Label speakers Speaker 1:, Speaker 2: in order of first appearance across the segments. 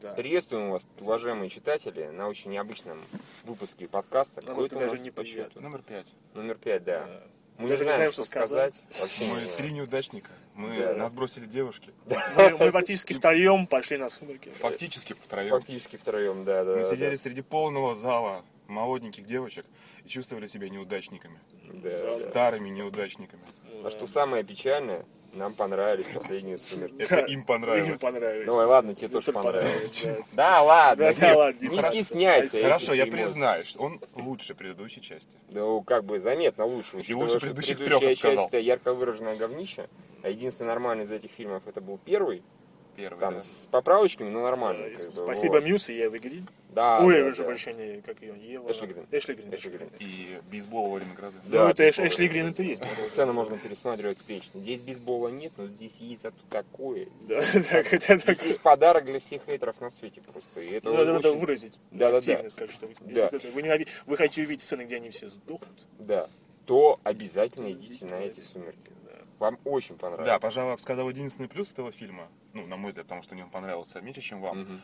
Speaker 1: Да.
Speaker 2: Приветствуем вас, уважаемые читатели, на очень необычном выпуске подкаста.
Speaker 1: Нам это
Speaker 2: Какой-то у
Speaker 1: даже
Speaker 2: нас
Speaker 1: не
Speaker 2: по
Speaker 1: приятно.
Speaker 2: счету?
Speaker 3: Номер пять.
Speaker 2: Номер пять, да.
Speaker 1: Э,
Speaker 2: Мы
Speaker 1: даже
Speaker 2: не знаем, что сказать. Вообще не
Speaker 3: Мы
Speaker 2: знаем.
Speaker 3: три неудачника. Мы
Speaker 2: Да.
Speaker 3: нас бросили девушки.
Speaker 1: Мы, мы практически втроем пошли на сумерки.
Speaker 3: Фактически втроем.
Speaker 2: Фактически втроем, да, да.
Speaker 3: Мы
Speaker 2: да,
Speaker 3: сидели среди полного зала молоденьких девочек и чувствовали себя неудачниками.
Speaker 2: да, да.
Speaker 3: Старыми неудачниками.
Speaker 2: А что самое печальное, нам понравились последние сумерки.
Speaker 3: Это
Speaker 1: Да.
Speaker 3: им
Speaker 1: Им
Speaker 3: понравилось.
Speaker 1: понравилось.
Speaker 2: Давай, ладно, тебе
Speaker 1: Им
Speaker 2: тоже понравилось.
Speaker 1: да.
Speaker 2: Да, ладно.
Speaker 1: Да, да,
Speaker 2: Дим,
Speaker 1: ладно,
Speaker 2: Не
Speaker 1: хорошо.
Speaker 2: стесняйся. этих
Speaker 3: Хорошо, я
Speaker 2: эмоций.
Speaker 3: признаю, что он лучше предыдущей части.
Speaker 2: Да, ну, как бы заметно лучше. учитывая,
Speaker 3: лучше
Speaker 2: что
Speaker 3: предыдущих
Speaker 2: предыдущая
Speaker 3: трёх, я бы сказал.
Speaker 2: часть это ярко выраженное говнище, а единственный нормальный из этих фильмов это был первый,
Speaker 3: Первый.
Speaker 2: там
Speaker 3: да.
Speaker 2: с поправочками, но
Speaker 1: Да,
Speaker 2: нормально. как бы,
Speaker 1: Спасибо
Speaker 2: вот.
Speaker 1: Мьюз и Еве Грин.
Speaker 2: Да,
Speaker 1: Ой,
Speaker 2: да,
Speaker 1: уже
Speaker 2: да.
Speaker 1: прощение, как ее, Ева.
Speaker 2: Эшли Грин.
Speaker 1: Эшли Грин.
Speaker 2: Эшли Грин.
Speaker 3: И бейсбол во время грозы.
Speaker 2: Да,
Speaker 1: ну, это Эш-
Speaker 2: прикольно.
Speaker 1: Эшли Грин это и есть.
Speaker 2: Эту Сцену можно пересматривать вечно. Здесь бейсбола нет, но здесь есть зато такое.
Speaker 1: Да, так, это так.
Speaker 2: Здесь есть подарок для всех хейтеров на свете просто. И это
Speaker 1: Ну, надо надо
Speaker 2: очень-
Speaker 1: выразить.
Speaker 2: Да, да,
Speaker 1: активно
Speaker 2: да.
Speaker 1: сказать, что вы, если
Speaker 2: Да.
Speaker 1: кто-то- вы, не оби- вы хотите увидеть сцены, где они все сдохнут.
Speaker 2: Да. То обязательно идите на эти сумерки.
Speaker 1: Да.
Speaker 2: Вам очень понравится.
Speaker 3: Ну, Да, пожалуй, я бы сказал, единственный плюс этого фильма, ну, на мой взгляд, потому что мне он понравился меньше, чем вам.
Speaker 2: Мгм.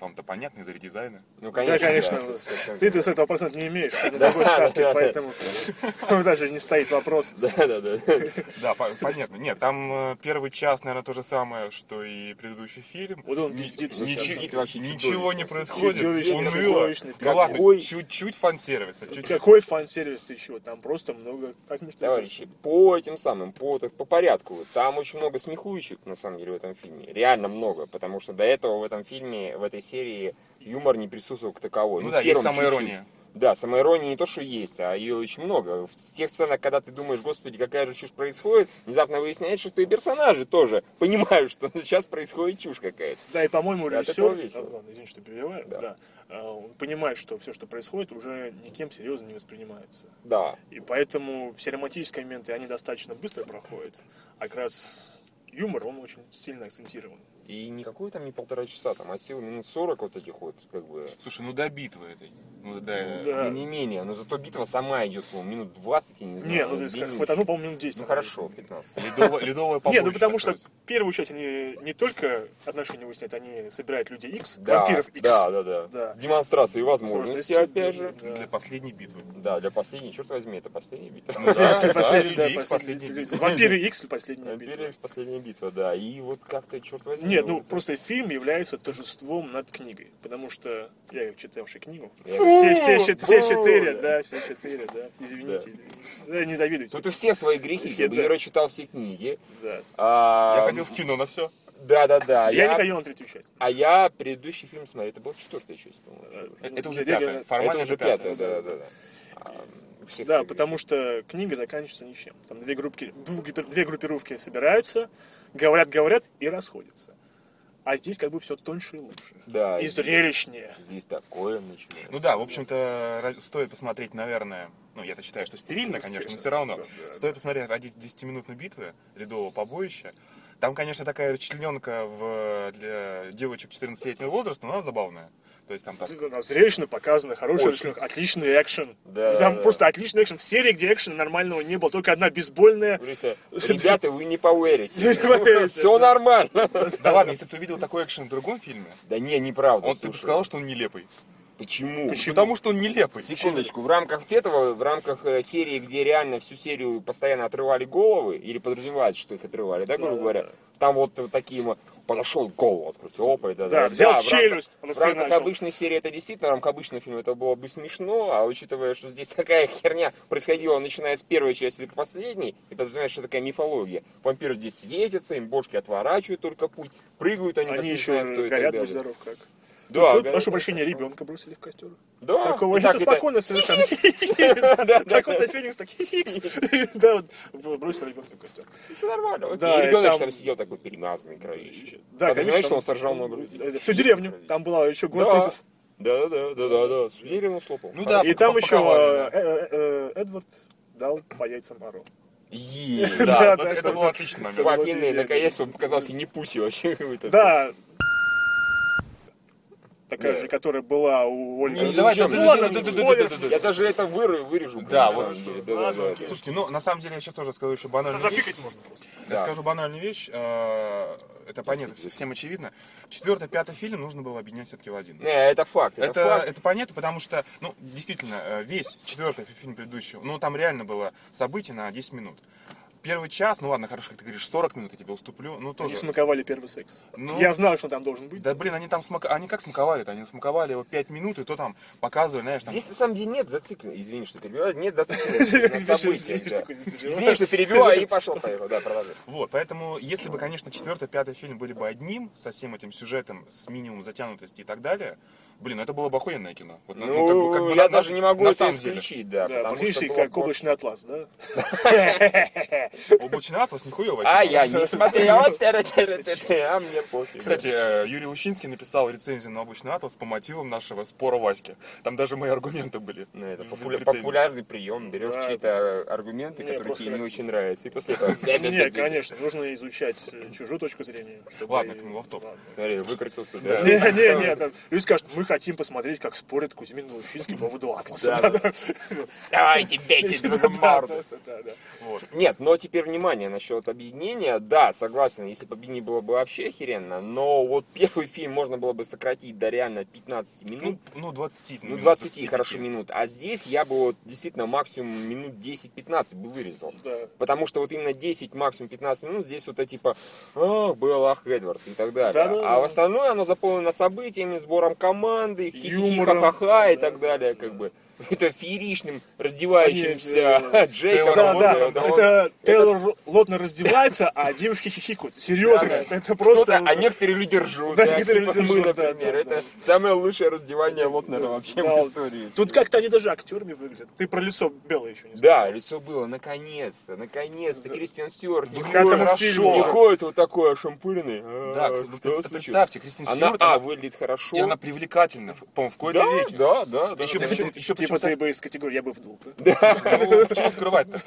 Speaker 3: Вам-то понятно из-за редизайна.
Speaker 2: Ну,
Speaker 1: Да, конечно.
Speaker 2: да, совсем
Speaker 1: Ты
Speaker 2: верно.
Speaker 1: с этого процента не имеешь, на такой ставке,
Speaker 2: да, да.
Speaker 1: поэтому даже не стоит вопрос.
Speaker 2: Да, да, да.
Speaker 3: Да, по- понятно. Нет, там э, первый час, наверное, то же самое, что и предыдущий фильм.
Speaker 1: Вот он
Speaker 3: Ни-
Speaker 1: пиздит
Speaker 3: ничи-
Speaker 1: сейчас.
Speaker 2: Пиздит вообще
Speaker 3: Ничего
Speaker 2: чудовищно.
Speaker 3: не происходит.
Speaker 1: Чудовищно,
Speaker 3: Уныло.
Speaker 1: чудовищно,
Speaker 3: Ну ладно,
Speaker 2: Какой-
Speaker 3: чуть-чуть фан-сервиса. чуть-чуть.
Speaker 1: Какой фан-сервис ты чего? Там просто много... Как мы что
Speaker 2: Товарищи, по этим самым, по, так, по порядку, там очень много смехуечек, на самом деле, в этом фильме. Реально много, потому что до этого в этом фильме, в этой серии юмор не присутствовал как таковой.
Speaker 3: Ну
Speaker 2: в
Speaker 3: да, есть
Speaker 2: первом
Speaker 3: самая
Speaker 2: чуть-чуть.
Speaker 3: ирония.
Speaker 2: Да, самоирония не то, что есть, а ее очень много. В тех сценах, когда ты думаешь, господи, какая же чушь происходит, внезапно выясняется, что и персонажи тоже понимают, что сейчас происходит чушь какая-то.
Speaker 1: Да, и, по-моему,
Speaker 2: Да, от этого
Speaker 1: режиссер...
Speaker 2: весело.
Speaker 1: А, ладно, извините, что перебиваю.
Speaker 2: Да.
Speaker 1: Да. А, Он понимает, что все, что происходит, уже никем серьезно не воспринимается.
Speaker 2: Да,
Speaker 1: И поэтому все романтические моменты, они достаточно быстро проходят. А как раз юмор, он очень сильно акцентирован.
Speaker 2: и никакой там не полтора часа, там от силы минут 40 вот этих вот, как бы...
Speaker 3: Слушай, ну до битвы этой. Ну да.
Speaker 1: Да.
Speaker 2: Тем не менее, но зато битва сама идет, ну, минут 20, я не знаю.
Speaker 1: Не, ну, то есть,
Speaker 2: две
Speaker 1: как
Speaker 2: минуты.
Speaker 1: хватану, по-моему, минут 10.
Speaker 2: Ну хорошо, 15.
Speaker 3: Ледовое, ледовое
Speaker 1: Не,
Speaker 3: побоище
Speaker 1: ну потому что
Speaker 3: такое.
Speaker 1: первую часть они не только отношения выясняют, они собирают людей X,
Speaker 2: Да,
Speaker 1: вампиров X.
Speaker 2: да, да, да,
Speaker 1: Да.
Speaker 2: Демонстрации возможностей,
Speaker 1: Возможности,
Speaker 2: опять же.
Speaker 1: да.
Speaker 3: Для последней битвы.
Speaker 2: Да, для последней, черт возьми, это последняя битва.
Speaker 3: Ну да,
Speaker 1: Последний- последний,
Speaker 3: люди
Speaker 1: да,
Speaker 3: Икс,
Speaker 1: последний-
Speaker 3: последний
Speaker 1: люди. Вампиры X, последняя битва.
Speaker 2: Империя последняя битва, да. И вот как-то, черт возьми.
Speaker 1: Нет, ну
Speaker 2: вот
Speaker 1: просто фильм является торжеством над книгой, потому что я как читавший книгу.
Speaker 2: Я-
Speaker 1: Все, все щи-
Speaker 2: Фу!
Speaker 1: все четыре, да, все четыре, да. Ну, Извините, извините. Да, не завидуйте.
Speaker 2: Тут и все свои грехи. Как бы
Speaker 1: Это-
Speaker 2: Юра читал все книги.
Speaker 1: Да.
Speaker 3: Я ходил в кино на все.
Speaker 2: Да, да, да.
Speaker 1: А Я не ходил на третью часть.
Speaker 2: А я предыдущий фильм смотрел. Это была четвертая часть, по-моему. вообще уже.
Speaker 3: Э, Это уже
Speaker 1: Регина-
Speaker 3: пятое. Формально
Speaker 2: это уже пятая, да, да, да. А, у всех
Speaker 1: Да,
Speaker 2: свои
Speaker 1: потому что книга заканчивается ничем. Там две, группки, дву- гипер- две группировки собираются, говорят, говорят и расходятся. А здесь как бы все тоньше и лучше.
Speaker 2: грехи. Да,
Speaker 1: И
Speaker 2: и
Speaker 1: зрелищнее.
Speaker 2: здесь такое начинается.
Speaker 3: Ну да, в общем-то, ра- стоит посмотреть, наверное, ну я-то считаю, что стерильно, конечно, но все равно.
Speaker 1: Да, да,
Speaker 3: Стоит посмотреть ради 10-минутной битвы, рядового побоища. Там, конечно, такая расчлененка в, для девочек 14-летнего возраста, но она забавная. То есть там так...
Speaker 1: Да, Зрелищно показано, хороший
Speaker 2: Очень.
Speaker 1: расчленёк, отличный экшен.
Speaker 2: Да,
Speaker 1: там
Speaker 2: да.
Speaker 1: просто отличный экшен. В серии, где экшена нормального не было, только одна бейсбольная.
Speaker 2: Говорите, Ребята, вы не поверите.
Speaker 1: Вы не поверите,
Speaker 2: Все нормально.
Speaker 3: Да ладно, если бы ты увидел такой экшен в другом фильме,
Speaker 2: Да не, неправда.
Speaker 3: он, ты бы
Speaker 2: слушай.
Speaker 3: сказал, что он нелепый.
Speaker 2: Почему?
Speaker 3: Потому что он нелепый.
Speaker 2: Секундочку, в рамках вот этого, в рамках э, серии, где реально всю серию постоянно отрывали головы, или подразумевают, что их отрывали, да, грубо
Speaker 1: да,
Speaker 2: говоря, там вот э, такие ему подошел голову открутил, опа, да, да,
Speaker 1: Да, взял
Speaker 2: в рамках-
Speaker 1: челюсть,
Speaker 2: В рамках
Speaker 1: расхреначил.
Speaker 2: обычной серии это действительно, в рамках обычного фильма это было бы смешно, а учитывая, что здесь такая херня происходила, начиная с первой части до последней, и подразумевает, что такая мифология. Вампиры здесь светятся, им бошки отворачивают только путь, прыгают они, как
Speaker 1: Они
Speaker 2: не
Speaker 1: еще
Speaker 2: знаю, кто и так
Speaker 1: горят,
Speaker 2: далее.
Speaker 1: будь здоров, как. Ну,
Speaker 2: Да,
Speaker 1: Тут,
Speaker 2: горят.
Speaker 1: прошу прощения, ребенка бросили в костер.
Speaker 2: Да,
Speaker 1: Такого
Speaker 2: и так
Speaker 1: это
Speaker 2: это-
Speaker 1: спокойно совершенно. Так вот, а Феникс так хихикс. Да, вот, бросил ребенка в костер.
Speaker 2: Все нормально. Окей.
Speaker 1: Да,
Speaker 2: и
Speaker 1: и
Speaker 2: ребенок
Speaker 1: там-
Speaker 2: там сидел такой перемазанный кровище.
Speaker 1: Да,
Speaker 2: Подразумевает,
Speaker 1: конечно.
Speaker 2: А что он соржал на груди.
Speaker 1: э, Всю деревню. Там была еще город Криков.
Speaker 2: Да, да, да, да, да, да. С дерева слопал.
Speaker 3: Ну да.
Speaker 1: И там еще
Speaker 3: Упаковали,
Speaker 1: э, э, э, Эдвард дал по яйцам Ару.
Speaker 2: Е,
Speaker 3: Да,
Speaker 1: Да,
Speaker 3: вот
Speaker 1: да,
Speaker 3: это
Speaker 1: да,
Speaker 3: был
Speaker 1: да.
Speaker 3: отличный момент.
Speaker 1: Фак.
Speaker 2: Факельный, наконец он показался не пуси вообще какой-то.
Speaker 1: Да, такая
Speaker 2: Да.
Speaker 1: же, которая была у Ольги.
Speaker 3: Не,
Speaker 1: Ну,
Speaker 3: давай,
Speaker 1: ну
Speaker 3: да, да,
Speaker 1: ладно,
Speaker 3: да, да, да,
Speaker 1: спойлеров.
Speaker 3: да, да, да.
Speaker 2: Я даже это выры- вырежу.
Speaker 3: Да,
Speaker 2: на самом
Speaker 3: вот,
Speaker 2: деле. Да,
Speaker 1: ладно,
Speaker 2: да, да,
Speaker 1: окей.
Speaker 2: да.
Speaker 3: Слушайте, ну на самом деле я сейчас тоже скажу еще банальную вещь.
Speaker 1: Запикать можно просто.
Speaker 3: Я
Speaker 2: Да.
Speaker 3: скажу банальную вещь. э, Это понятно,
Speaker 2: Простите.
Speaker 3: всем очевидно. Четвертый, пятый фильм нужно было объединять все-таки в один.
Speaker 2: Не, это факт. Это,
Speaker 3: Это,
Speaker 2: факт.
Speaker 3: это понятно, потому что, ну, действительно, э, весь четвертый фи- фильм предыдущий, ну, там реально было событие на 10 минут. Первый час, ну ладно, хорошо, как ты говоришь, 40 минут я тебе уступлю, ну
Speaker 1: Они
Speaker 3: тоже.
Speaker 1: смаковали первый секс.
Speaker 3: Ну.
Speaker 1: Я знал, что там должен быть.
Speaker 3: Да блин, они там смака... они как смаковали-то, они смаковали его 5 минут, и то там показывали, знаешь, там...
Speaker 2: Здесь на самом деле нет зацикленности. Извини, что перебиваю. Нет зацикленности на
Speaker 1: Извини, что-
Speaker 2: событиях.
Speaker 1: извини,
Speaker 2: да.
Speaker 1: что такой запереживаю.
Speaker 2: Извини, что перебиваю и пошел поехал. Да, продолжай.
Speaker 3: Вот, поэтому, если бы, конечно, четвертый, пятый фильм были бы одним, со всем этим сюжетом, с минимум затянутости и так далее, блин, это было бы охуенное кино. Вот,
Speaker 2: Ну, я даже не могу
Speaker 3: на
Speaker 2: это
Speaker 3: самом деле.
Speaker 2: исключить, да.
Speaker 1: Да,
Speaker 2: потому
Speaker 1: практически
Speaker 2: что было
Speaker 1: как
Speaker 2: бы-
Speaker 1: облачный атлас, да?
Speaker 3: Облачный атлас, нихуево.
Speaker 2: А я не смотрел, Тыры-тыры-тыры, а мне пофиг.
Speaker 3: Кстати, э, Юрий Ущинский написал рецензию на обычный атлас по мотивам нашего спора Васьки. Там даже мои аргументы были.
Speaker 2: Ну, это
Speaker 3: В
Speaker 2: популя-
Speaker 3: рецензии.
Speaker 2: популярный прием. Берешь
Speaker 1: Да.
Speaker 2: чьи-то аргументы,
Speaker 1: Не,
Speaker 2: которые
Speaker 1: просто
Speaker 2: тебе не
Speaker 1: как-
Speaker 2: очень нравятся. И после этого...
Speaker 1: Не, конечно, нужно изучать э, чужую точку зрения. чтобы-
Speaker 3: Ладно, это мы в автоп.
Speaker 1: Ладно.
Speaker 2: Смотри, выкрутился, да.
Speaker 1: Не, не, не, там люди скажут, мы хотим посмотреть, как спорят Кузьмин и Лущинский по поводу Атласа.
Speaker 2: Да, Давайте, бейте друг
Speaker 1: Да,
Speaker 2: друга в морду.
Speaker 1: да, да, да.
Speaker 3: Вот.
Speaker 2: Нет, но теперь внимание насчет объединения. Да, согласен, если бы объединение было бы вообще охеренно, но вот первый фильм можно было бы сократить до реально 15 минут.
Speaker 3: Ну, ну, 20.
Speaker 2: Ну,
Speaker 3: минут,
Speaker 2: 20
Speaker 3: 25.
Speaker 2: хорошо минут. А здесь я бы вот действительно максимум минут 10-15 бы вырезал.
Speaker 1: Да.
Speaker 2: Потому что вот именно 10, максимум 15 минут здесь вот это типа «А, был Ах Эдвард и так далее.
Speaker 1: Да-да-да.
Speaker 2: а в остальное оно заполнено событиями, сбором команды,
Speaker 1: Юмором.
Speaker 2: хихи ха и так
Speaker 1: Да,
Speaker 2: далее,
Speaker 1: да,
Speaker 2: как
Speaker 1: да.
Speaker 2: бы. Это фееричным, раздевающимся
Speaker 1: Они, э, Да,
Speaker 2: Джейком.
Speaker 1: да,
Speaker 2: Лондоном, да, он-
Speaker 1: это
Speaker 2: с-
Speaker 1: Тейлор Лотно раздевается, а девушки хихикают. Серьезно,
Speaker 2: Да, да.
Speaker 1: это
Speaker 2: Просто,
Speaker 1: просто...
Speaker 2: а некоторые люди ржут.
Speaker 1: Да,
Speaker 2: да,
Speaker 1: некоторые
Speaker 2: типа
Speaker 1: люди
Speaker 2: мы,
Speaker 1: ржут, да,
Speaker 2: например.
Speaker 1: да, да.
Speaker 2: Это самое лучшее раздевание Лотнера вообще
Speaker 1: Да,
Speaker 2: в
Speaker 1: он-
Speaker 2: истории.
Speaker 1: Тут как-то они даже актерами выглядят. Ты про лицо белое еще не
Speaker 2: Да, лицо было, наконец-то, наконец-то, Кристиан Стюарт не
Speaker 1: К
Speaker 2: ходит,
Speaker 1: этому фильму.
Speaker 2: не ходит вот такой ошампуренный. «А,
Speaker 3: Да, кстати, вы
Speaker 2: что
Speaker 3: представ-
Speaker 2: случилось?»
Speaker 3: представьте, Кристин
Speaker 2: Она,
Speaker 3: Стюарт,
Speaker 2: а,
Speaker 3: она,
Speaker 2: выглядит хорошо.
Speaker 3: и она привлекательна, в- по-моему, в какой-то
Speaker 2: да,
Speaker 3: веке.
Speaker 2: да, да, да.
Speaker 3: Еще
Speaker 2: да.
Speaker 3: причем,
Speaker 1: Типа
Speaker 3: еще причем,
Speaker 1: ты бы из категории «я бы вдул», да?
Speaker 3: ну, почему скрывать-то?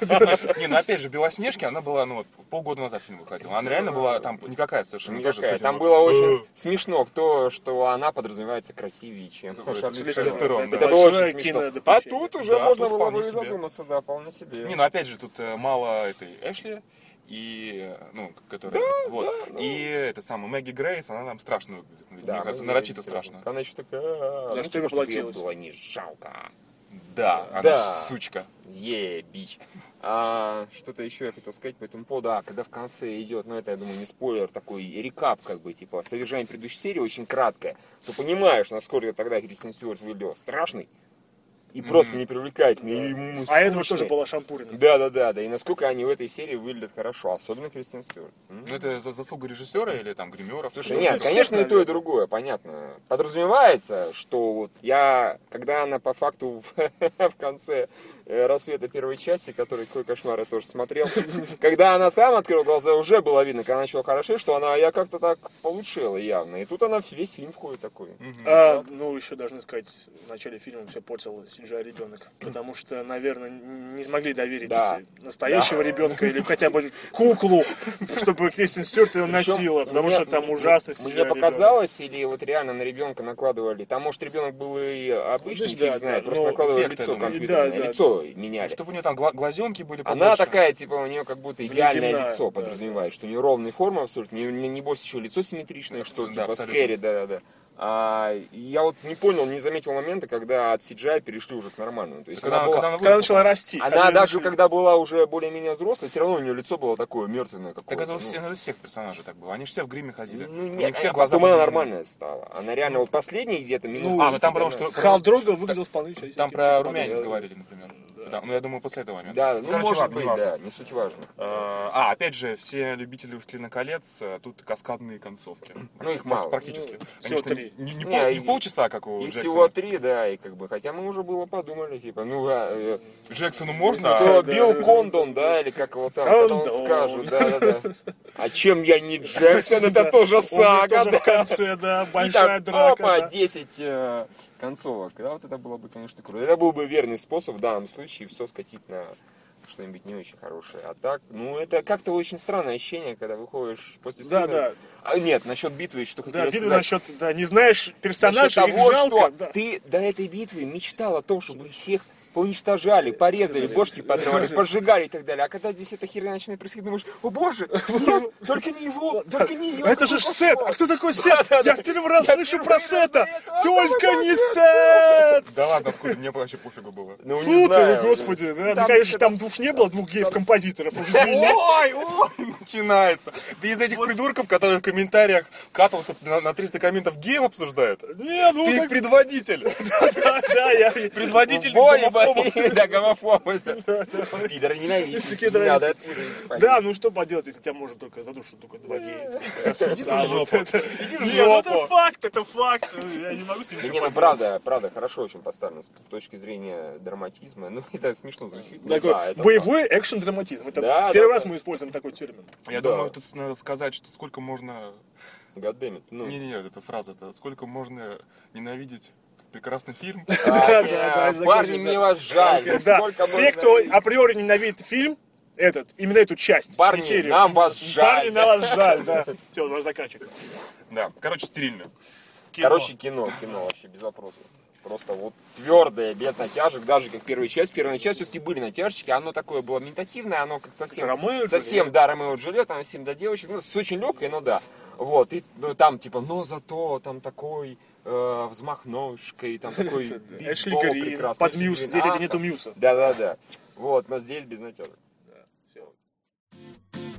Speaker 3: Не, ну опять же, Белоснежки, она была, ну, вот, полгода назад фильм выходила. Она реально была там никакая совершенно. тоже с
Speaker 2: Никакая.
Speaker 3: этим
Speaker 2: Там
Speaker 3: вот-
Speaker 2: было очень с- смешно то, что она подразумевается красивее, чем
Speaker 3: Какой-то
Speaker 2: Шарлиз
Speaker 3: телестестерон,
Speaker 2: Терон.
Speaker 3: да.
Speaker 2: Это было
Speaker 1: Большое
Speaker 2: очень смешно. А
Speaker 1: кинодопущение.
Speaker 2: тут уже
Speaker 3: Да,
Speaker 2: можно
Speaker 3: тут
Speaker 2: было бы
Speaker 3: вполне
Speaker 2: и
Speaker 3: себе.
Speaker 2: задуматься, да, вполне себе.
Speaker 3: Не, ну опять же, тут э, мало этой Эшли, и, э, ну, к- которая, вот.
Speaker 2: ну.
Speaker 3: и эта самая Мэгги Грейс, она там страшно выглядит. Ну, мне кажется,
Speaker 2: ну,
Speaker 3: нарочито
Speaker 2: интересно.
Speaker 3: страшно.
Speaker 2: Она еще такая... «А,
Speaker 1: За
Speaker 2: ну,
Speaker 1: что
Speaker 2: типа,
Speaker 1: ему
Speaker 2: чтоб её
Speaker 1: платилось?»
Speaker 2: было не жалко.
Speaker 3: Да, она
Speaker 2: Да.
Speaker 3: ж сучка.
Speaker 2: Е, бич. А, что-то еще я хотел сказать по этому поводу. А, когда в конце идет, ну это, я думаю, не спойлер, такой рекап, как бы, типа, содержание предыдущей серии очень краткое, то понимаешь, насколько тогда Кристин Стюарт выглядел страшный и просто
Speaker 3: Мгм.
Speaker 2: непривлекательный. и ему
Speaker 1: А Эдвард
Speaker 2: скучно.
Speaker 1: тоже была шампурина.
Speaker 2: Да, да, да, да. И насколько они в этой серии выглядят хорошо, особенно Кристин Стюарт. М.
Speaker 3: Ну, это за- заслуга режиссера или там гримеров.
Speaker 2: Слушай,
Speaker 1: Ну,
Speaker 2: нет,
Speaker 1: это всех,
Speaker 2: конечно, и то, и
Speaker 1: наверное.
Speaker 2: другое, понятно. Подразумевается, что вот я, когда она по факту в, в конце э, рассвета первой части, который какой кошмар я тоже смотрел, когда она там открыла глаза, уже было видно, когда она начала хорошо, что она я как-то так получила явно. И тут она вс- весь фильм входит такой.
Speaker 1: А, ну, еще должны сказать, в начале фильма все портил Синджай ребенок. Потому что, наверное, не смогли доверить
Speaker 2: Да.
Speaker 1: настоящего ребенка или хотя бы куклу, чтобы Кристин Стюарт ее
Speaker 2: Причем
Speaker 1: носила. Потому
Speaker 2: мне-
Speaker 1: что там
Speaker 2: мне-
Speaker 1: ужасно
Speaker 2: Мне
Speaker 1: CGI ребенок.
Speaker 2: показалось, или вот реально на ребенка накладывали. Там, может, ребенок был и обычный,
Speaker 1: Ну,
Speaker 2: фиг
Speaker 1: да,
Speaker 2: знает,
Speaker 1: да,
Speaker 2: просто
Speaker 1: но
Speaker 2: накладывали
Speaker 3: эффект, я
Speaker 2: лицо
Speaker 3: думаю.
Speaker 2: компьютерное,
Speaker 1: Да, да.
Speaker 2: лицо меняли.
Speaker 3: Чтобы у нее там гла- глазенки были
Speaker 2: Она
Speaker 3: побольше.
Speaker 2: такая, типа, у нее как будто идеальное
Speaker 1: Внеземная,
Speaker 2: лицо
Speaker 1: да.
Speaker 2: подразумевает, что у нее ровные формы абсолютно, не, не, небось еще лицо симметричное, что
Speaker 3: Да,
Speaker 2: типа
Speaker 3: абсолютно.
Speaker 2: скэри, да-да-да. А, я вот не понял, не заметил момента, когда от CGI перешли уже к нормальному. То есть
Speaker 3: Когда
Speaker 2: она,
Speaker 3: она-
Speaker 2: была-
Speaker 3: когда она
Speaker 1: Когда она
Speaker 3: выросла.
Speaker 1: начала расти.
Speaker 2: она даже
Speaker 1: начали-
Speaker 2: когда была уже более-менее взрослой, все равно у нее лицо было такое мертвенное
Speaker 3: Так
Speaker 2: какое-то.
Speaker 3: это у
Speaker 2: ну.
Speaker 3: всех, это у всех персонажей так было. Они же все в гриме ходили.
Speaker 2: Ну,
Speaker 3: У
Speaker 2: нет,
Speaker 3: них все
Speaker 2: а
Speaker 3: глаза
Speaker 2: потом она
Speaker 3: были
Speaker 2: нормальная стала. Она реально вот последние где-то минут.
Speaker 3: зеленые. А, ну
Speaker 2: 30
Speaker 3: там потому
Speaker 2: она-
Speaker 3: что...
Speaker 1: Хал Дрога выглядел вполне себе.
Speaker 3: Там
Speaker 1: чем-то
Speaker 3: про румянец
Speaker 1: подобным.
Speaker 3: говорили, например. Да, Ну, я думаю, после этого момента.
Speaker 2: Да, ну
Speaker 3: Короче,
Speaker 2: может
Speaker 3: ладно,
Speaker 2: быть,
Speaker 3: неважно.
Speaker 2: да, не суть важно.
Speaker 3: Э, А, опять же, все любители «Властелина колец», э, тут каскадные концовки.
Speaker 2: Ну, их
Speaker 3: Практи-
Speaker 2: мало.
Speaker 3: Практически.
Speaker 1: всего
Speaker 3: Конечно,
Speaker 1: три.
Speaker 3: Не, не
Speaker 2: Не,
Speaker 3: пол-
Speaker 2: и-
Speaker 3: не полчаса, как у
Speaker 2: И
Speaker 3: Джексона.
Speaker 2: всего три, да, и как бы, хотя мы уже было подумали, типа, ну, а, э,
Speaker 3: Джексону можно,
Speaker 2: Что,
Speaker 1: Да,
Speaker 2: Билл
Speaker 1: да.
Speaker 2: Кондон, да, или как его там, когда он
Speaker 1: Кондон.
Speaker 2: скажет, да, да, да. А чем я не Джексон, это
Speaker 1: Да.
Speaker 2: тоже
Speaker 1: Он
Speaker 2: сага,
Speaker 1: тоже в
Speaker 2: да.
Speaker 1: конце, да,
Speaker 2: И
Speaker 1: большая
Speaker 2: так, опа,
Speaker 1: драка. да.
Speaker 2: 10 э, концовок, да, вот это было бы, конечно, круто. Это был бы верный способ в данном случае все скатить на что-нибудь не очень хорошее. А так, ну это как-то очень странное ощущение, когда выходишь после
Speaker 1: Да,
Speaker 2: сумерек.
Speaker 1: да.
Speaker 2: А, нет, насчет битвы, что хотел
Speaker 1: Да, битва
Speaker 2: сказать.
Speaker 1: насчет, да, не знаешь
Speaker 2: Насчет
Speaker 1: персонажа, их
Speaker 2: того,
Speaker 1: жалко.
Speaker 2: что
Speaker 1: да.
Speaker 2: ты до этой битвы мечтал о том, чтобы их всех поуничтожали, порезали, бошки подрывали, пожигали и так далее. А когда здесь эта херня начинает происходить, думаешь, о боже, нет, только не его, только не его.
Speaker 1: Это же Сет! А кто такой Сет?
Speaker 2: Да, да,
Speaker 1: Я в первый раз слышу
Speaker 2: первый
Speaker 1: про
Speaker 2: раз
Speaker 1: Сета!
Speaker 2: за это.
Speaker 1: Только не Сет!
Speaker 3: Да ладно, откуда, мне вообще пофигу было.
Speaker 2: Ну, не
Speaker 1: Фу ты,
Speaker 2: знаю.
Speaker 1: господи! да. Ну,
Speaker 2: Там
Speaker 1: конечно,
Speaker 2: что-то
Speaker 1: там
Speaker 2: с-
Speaker 1: двух не было, двух геев-композиторов. Уже извини.
Speaker 3: Ой, ой, начинается. Ты из этих придурков, которые в комментариях катался на, на 300 комментов геев обсуждают.
Speaker 1: Не, ну
Speaker 3: Ты их
Speaker 1: как-
Speaker 3: предводитель.
Speaker 1: да, да, я...
Speaker 3: Предводитель
Speaker 2: Боли,
Speaker 3: гомофобов.
Speaker 2: боли, да, гомофобы. Пидоры
Speaker 1: Если
Speaker 2: ненавистники,
Speaker 1: кидоры
Speaker 2: не надо оттуда уходить.
Speaker 1: Да, ну что поделать, если тебя можно только задушить только два гея. А вот это-
Speaker 3: в
Speaker 1: Не, ну это
Speaker 3: жопу.
Speaker 1: факт, это факт. Я не могу с ним ничего
Speaker 2: Да не, ну
Speaker 1: поделать.
Speaker 2: правда, правда, хорошо очень поставлено с точки зрения драматизма. Ну, это смешно звучит. Ну,
Speaker 1: Такой
Speaker 2: да, это
Speaker 1: боевой экшн-драматизм. Это
Speaker 2: Да,
Speaker 1: в первый
Speaker 2: да,
Speaker 1: раз
Speaker 2: да.
Speaker 1: мы используем такой термин.
Speaker 3: Я
Speaker 2: Да.
Speaker 3: думаю, тут надо сказать, что сколько можно...
Speaker 2: так. Goddammit, ну.
Speaker 3: Не-не-не, эта фраза-то. Сколько можно ненавидеть этот прекрасный фильм.
Speaker 1: да,
Speaker 2: Э,
Speaker 1: да, закончим,
Speaker 2: Парни,
Speaker 1: да.
Speaker 2: мне вас жаль. Ну,
Speaker 1: Да,
Speaker 2: сколько
Speaker 1: все,
Speaker 2: можно
Speaker 1: кто
Speaker 2: говорить?
Speaker 1: априори ненавидит фильм, этот, именно эту часть.
Speaker 2: Парни,
Speaker 1: и серию.
Speaker 2: нам вас жаль.
Speaker 1: Парни, на вас жаль, да. Все, давай заканчиваем.
Speaker 3: Да, короче, стерильно.
Speaker 1: Кино.
Speaker 2: Короче, кино, кино вообще без вопросов. Просто вот твердое, без натяжек, даже как первая часть. В первой части все-таки были натяжечки, оно такое было ментативное, оно как совсем...
Speaker 1: Как Ромео и
Speaker 2: совсем, да, Ромео и Джульетта, оно совсем до девочек, ну, с очень легкой, но да. Вот, и ну, там типа, но зато там такой э, взмах ножкой, там такой
Speaker 1: Эшли
Speaker 2: бейсбол
Speaker 1: Грин,
Speaker 2: прекрасный.
Speaker 1: под
Speaker 2: Эшли
Speaker 1: Мьюз.
Speaker 2: Грин.
Speaker 1: Здесь
Speaker 2: А,
Speaker 1: эти нету Мьюса.
Speaker 2: Да-да-да. Вот, но здесь без натяжек.
Speaker 1: Всё.